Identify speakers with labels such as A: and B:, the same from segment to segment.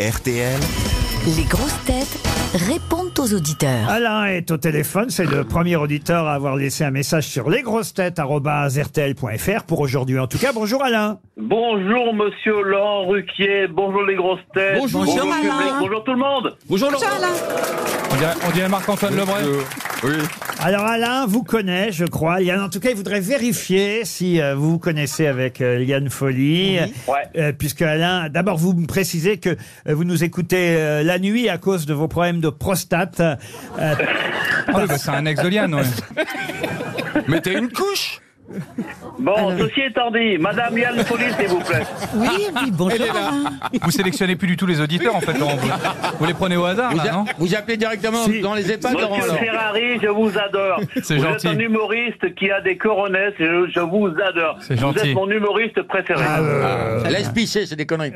A: RTL.
B: Les grosses têtes répondent aux auditeurs.
C: Alain est au téléphone, c'est le premier auditeur à avoir laissé un message sur lesgrossetêtes.rtl.fr pour aujourd'hui en tout cas. Bonjour Alain.
D: Bonjour Monsieur Laurent Ruquier, bonjour les grosses têtes,
E: Bonjour. Bonjour,
D: public,
E: Alain.
D: bonjour tout le monde.
E: Bonjour Laurent. On dirait, on dirait Marc-Antoine Lebrun.
C: Alors Alain vous connaît, je crois. Liane, en tout cas, il voudrait vérifier si euh, vous vous connaissez avec euh, Liane Folly.
D: Ouais.
C: Euh, puisque Alain, d'abord vous me précisez que euh, vous nous écoutez euh, la nuit à cause de vos problèmes de prostate. Euh,
E: Ah oui, bah, c'est un ex de Liane, ouais.
F: Mettez une couche
D: Bon, ceci étant dit, Madame Yann Folie, s'il vous plaît.
G: Oui, oui, bonjour.
E: Vous sélectionnez plus du tout les auditeurs, en fait, Laurent. Vous, vous les prenez au hasard,
F: vous,
E: là, non
F: a- vous appelez directement
C: Si.
F: dans les EHPAD, Laurent
D: Monsieur
F: alors.
D: Ferrari, je vous adore.
E: C'est
D: vous
E: gentil.
D: êtes un humoriste qui a des coronettes, je, je vous adore.
E: C'est
D: vous
E: gentil. Ah,
D: êtes mon humoriste préféré.
F: Laisse pisser, c'est des conneries.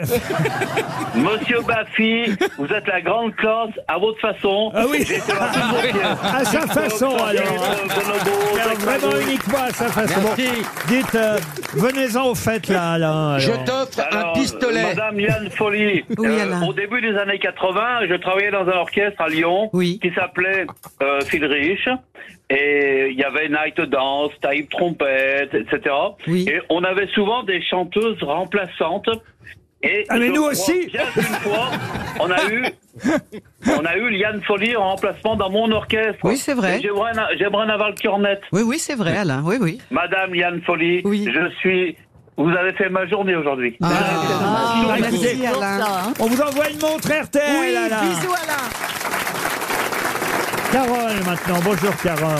D: Monsieur Baffy, vous êtes la grande classe à votre façon.
C: Ah oui, à sa façon
D: euh,
C: alors. Alors, Vraiment
D: alors.
C: uniquement à sa façon.
F: Merci.
C: Bon, dites, euh, venez-en au fait là, Alain. alors.
F: Je t'offre un pistolet.
D: Bah Madame Yann Folly,
G: Oui,
D: euh,
G: Alain.
D: au début des années 80, je travaillais dans un orchestre à Lyon
G: Oui.
D: qui s'appelait euh, Phil Rich. Et il y avait Night Dance, Type Trompette, etc.
G: Oui.
D: Et on avait souvent des chanteuses remplaçantes. Et
C: Ah, mais
D: je
C: nous
D: crois
C: aussi.
D: bien qu'une fois, on a eu, on a eu Liane Folly en remplacement dans mon orchestre.
G: Oui, c'est vrai.
D: Et J'aimerais en- j'aimerais en avoir le cœur net.
G: Oui, oui, c'est vrai, Alain. Oui, oui.
D: Madame Liane Folly,
G: Oui.
D: je suis. Vous avez fait ma journée aujourd'hui.
H: Bah,
C: Ah, écoutez,
G: Bah, euh, Alain.
C: on vous envoie une montre RTL,
G: Oui,
C: Alain.
G: bisous, Alain.
C: Carole maintenant. Bonjour Carole.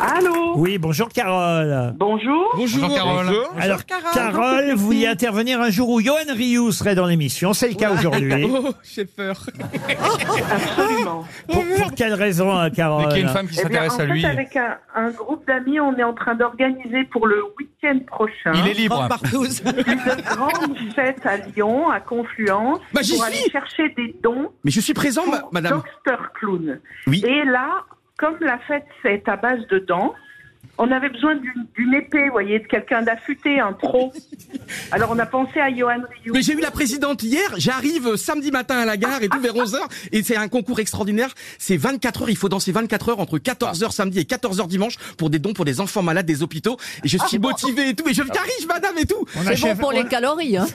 I: Allô
C: Oui, bonjour Carole.
I: Bonjour
F: Bonjour,
E: Carole.
C: Alors Carole, vous vouliez intervenir un jour où Johan Rioux serait dans l'émission. C'est le cas aujourd'hui.
I: Absolument.
C: Pour, pour quelle raison, hein,
E: Dès
C: Carole
E: qu'il y a une femme qui
I: Eh bien, en
E: s'intéresse à
I: fait,
E: lui,
I: avec un, un groupe d'amis, on est en train d'organiser pour le week-end prochain
E: il est libre.
G: Partouze.
I: une grande fête à Lyon, à Confluence,
F: Bah, j'y
I: pour
F: suis.
I: aller chercher des dons
F: Mais je suis présent,
I: pour
F: ma- madame.
I: Dr Clown.
F: Oui.
I: Et là, comme la fête c'est à base de danse, on avait besoin d'une d'une épée, vous voyez, de quelqu'un d'affûté, un pro. Alors on a pensé à Johan Rioux.
H: Mais j'ai eu la présidente hier, j'arrive euh, samedi matin à la gare et tout vers 11h et c'est un concours extraordinaire, c'est 24 heures, il faut danser 24 heures entre 14h samedi et 14h dimanche pour des dons pour des enfants malades des hôpitaux et je suis motivé et tout mais
C: Ah.
H: je t'arrive madame et tout.
C: on
B: C'est bon
C: achève,
B: pour les calories. Hein.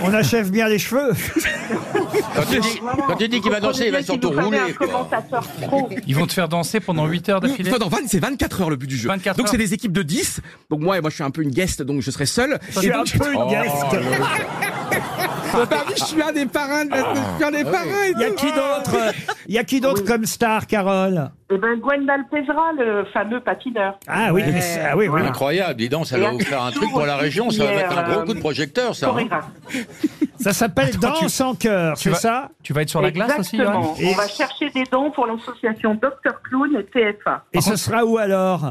C: on, on achève bien les cheveux.
F: Quand tu dis,
I: Vraiment,
F: quand tu dis qu'il va
I: vous
F: danser,
I: comprenez
F: il va
I: bien
F: surtout
I: qu'il nous fallait
F: rouler.
I: un commentateur pro.
E: Ils vont te faire danser pendant 8 heures d'affilée.
H: Non, non, vingt- c'est 24 heures le but du jeu.
E: 24
H: donc
E: heures.
H: c'est des équipes de 10. Donc moi, moi je suis un peu une guest, donc je serai seul.
C: Je suis un peu
E: Oh,
C: une guest.
H: À Paris, je suis un des parrains de la- je suis un des parrains et
C: Ah. Il y a
H: tout.
C: qui d'autre euh, Il y a qui d'autre comme star, Carole
I: Eh ben, Gwendal Pesra, le fameux patineur.
C: Ah oui, mais c'est- ah oui, oui.
F: Incroyable, dis donc, ça
I: Et
F: va
I: un
F: vous faire un
I: petit
F: truc pour la
I: jour
F: région, ça va
I: hier,
F: mettre un gros
I: euh,
F: coup de projecteur, ça. hein.
I: Chorégraphe.
C: Ça s'appelle
E: Attends, tu-
C: Danse en cœur,
E: tu
C: c'est
E: vas-
C: ça
E: Tu vas être sur la glace aussi, Johan
I: Exactement. On va chercher des dons pour l'association Dr Clown et TFA.
C: Et ce sera où alors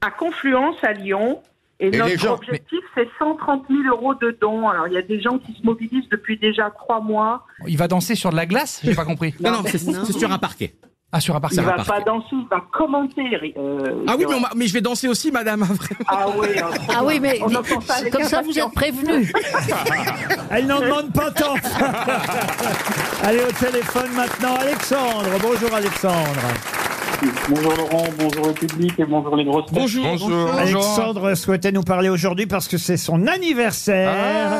I: À Confluence, à Lyon. Et,
F: les
I: notre
F: gens-
I: objectif, c'est 130 000 euros de dons. Alors, il y a des gens qui se mobilisent depuis déjà trois mois.
E: Il va danser sur de la glace J'ai pas compris.
H: Non, non, c'est c'est sur un parquet.
E: Ah, sur un
I: Il
E: parquet.
I: va
H: parfait.
I: pas danser, il va commenter. euh,
H: Ah oui,
I: Johan.
H: mais, on m'a- mais je vais danser aussi, madame. après.
I: Ah oui,
B: Ah oui, mais
I: on entend ça avec
B: comme ça, vous
I: impatience.
B: êtes prévenus.
C: Elle n'en demande pas tant. Allez au téléphone maintenant, Alexandre. Bonjour Alexandre.
D: Bonjour Laurent, bonjour le public et bonjour les grosses têtes.
E: Bonjour.
C: Alexandre souhaitait nous parler aujourd'hui parce que c'est son anniversaire.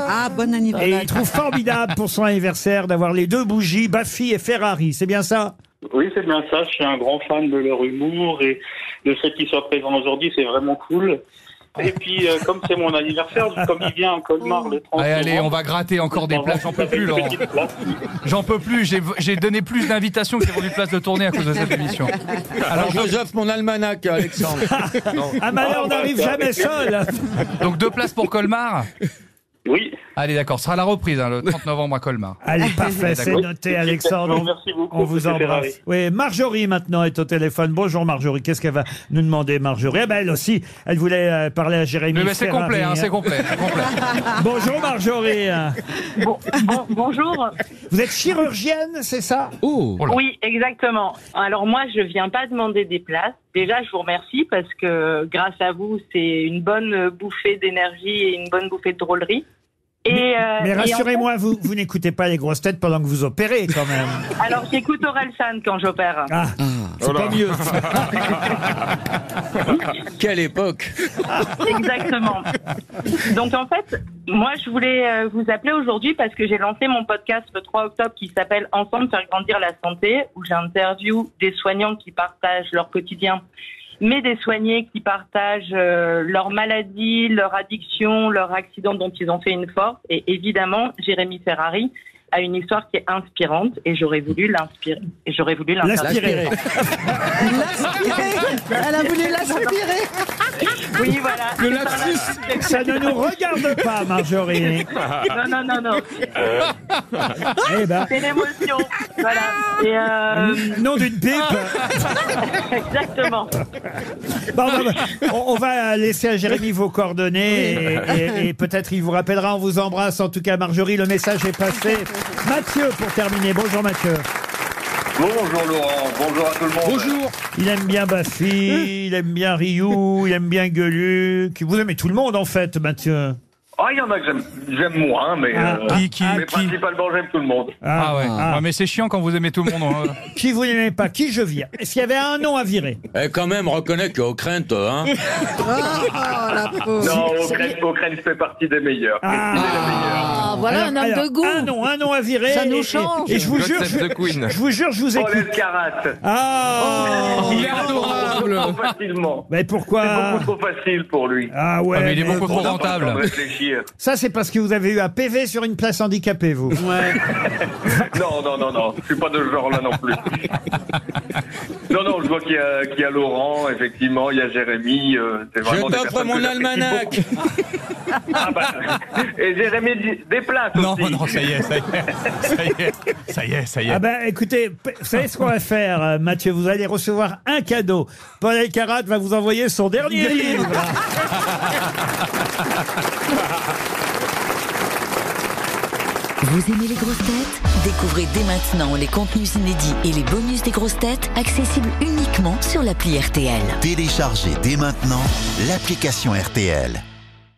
G: Ah, bon anniversaire.
C: Et il trouve formidable pour son anniversaire d'avoir les deux bougies, Baffy et Ferrari. C'est bien ça
D: Oui, c'est bien ça. Je suis un grand fan de leur humour et le fait qu'ils soient présents aujourd'hui, c'est vraiment cool. Et puis, euh, comme c'est mon anniversaire, comme il vient à Colmar le 30
E: Allez, allez, on va gratter encore des places. J'en peux plus, Laurent. J'en peux plus. J'ai- J'ai donné plus d'invitations que j'ai vendu de places de tournée à cause de cette émission.
F: Alors
E: Alors,
F: je vous offre mon almanach, Alexandre.
C: Un malheur n'arrive jamais seul.
E: donc deux places pour Colmar
D: Oui,
E: Allez, d'accord. Ce sera la reprise, hein, le 30 novembre à Colmar.
C: Allez,
G: Ah,
C: parfait, c'est
E: D'accord.
C: noté, Alexandre.
D: merci beaucoup.
C: On vous
D: monsieur Ferrari.
C: embrasse. Oui, Marjorie maintenant est au téléphone. Bonjour Marjorie, qu'est-ce qu'elle va nous demander Marjorie Eh ben, Elle aussi, elle voulait euh, parler à Jérémy.
E: Mais, mais c'est
C: Ferrari,
E: complet, hein,
C: hein.
E: c'est complet, c'est complet.
C: Bonjour Marjorie.
I: Bon- bon- bonjour.
C: Vous êtes chirurgienne, c'est ça
H: Oh.
E: Voilà.
I: Oui, exactement. Alors moi, je viens pas demander des places. Déjà, je vous remercie parce que grâce à vous, c'est une bonne bouffée d'énergie et une bonne bouffée de drôlerie. Et, euh,
C: Mais
I: et en fait,
C: rassurez-moi, vous, vous n'écoutez pas les grosses têtes pendant que vous opérez quand même.
I: alors j'écoute Orelsan quand j'opère.
C: Ah, c'est pas mieux.
F: Quelle époque
I: Exactement. Donc en fait, moi je voulais euh, vous appeler aujourd'hui parce que j'ai lancé mon podcast le 3 octobre qui s'appelle Ensemble faire grandir la santé où j'interview des soignants qui partagent leur quotidien mais des soignés qui partagent euh, leur maladie, leur addiction, leur accident dont ils ont fait une force et évidemment Jérémy Ferrari a une histoire qui est inspirante et j'aurais voulu l'inspirer et j'aurais voulu
E: Ah,
I: l'interviewer.
C: L'aspirer.
G: L'aspirer Elle a voulu l'aspirer
I: Oui voilà.
H: Le lapsus
C: Ça ne nous regarde pas, Marjorie.
I: Non non non non.
C: Eh ben,
I: C'est l'émotion. voilà. Et euh,
C: nom d'une
E: Ah,
C: pipe.
I: exactement.
C: Bon, bon, bon, on, on va laisser à Jérémy vos coordonnées et, et- et peut-être il vous rappellera. On vous embrasse. En tout cas, Marjorie, le message est passé. Mathieu, pour terminer. Bonjour Mathieu.
A: Bonjour Laurent, bonjour à tout le monde.
H: Bonjour
C: Il aime bien Baffy, il aime bien Ryu, il aime bien Gueuluc. Vous aimez tout le monde en fait, Mathieu.
A: Ah, il y en a que j'aime- j'aime moins, mais,
C: Ah,
A: euh,
E: Qui, qui,
A: mais
E: qui
A: principalement j'aime tout le monde.
E: Ah ouais.
C: ah.
E: Ouais, mais c'est chiant quand vous aimez tout le monde. hein.
C: Qui vous n'aimez pas Qui je vire S'il y avait un nom à virer.
F: Eh, quand même, reconnais que crainte, hein
A: Non, Ocrane, Ocrane fait partie des meilleurs.
B: Ah, voilà un homme
C: alors,
B: de goût.
C: Un nom, un nom à virer.
B: Ça nous
C: Et- et-
B: change.
C: Et, je vous jure, je, je vous jure, je vous
A: Oh,
C: écoute.
A: l'escarate
C: Ah
E: Il est adorable.
A: Trop facilement.
C: Mais
A: C'est
C: pourquoi
A: beaucoup trop facile pour lui.
C: Ah ouais.
E: Ah, mais il est
C: mais
E: beaucoup
C: bon.
E: trop
A: On euh, n'a pas le temps de
E: rentable.
A: réfléchir.
C: Ça, c'est parce que vous avez eu un PV sur une place handicapée, vous.
A: Non, non, non, non. Je suis pas de ce genre-là non plus. Non, non, je vois qu'il y, a- qu'il y a Laurent, effectivement, il y a Jérémy. euh, c'est
F: Je
A: vraiment des
F: t'offre
A: personnes que
F: mon
A: j'apprécie
F: almanach
A: beaucoup. Ah, bah, Et Jérémy dit- déplace
E: Non,
A: aussi.
E: non, ça y est, ça y est, ça y est, ça y est, ça y est.
C: Ah ben, écoutez, p- vous savez ce qu'on va faire, euh, Mathieu Vous allez recevoir un cadeau. Paul Elkarat va vous envoyer son dernier livre.
B: Vous aimez les grosses têtes Découvrez dès maintenant les contenus inédits et les bonus des grosses têtes accessibles uniquement sur l'appli RTL.
J: Téléchargez dès maintenant l'application RTL.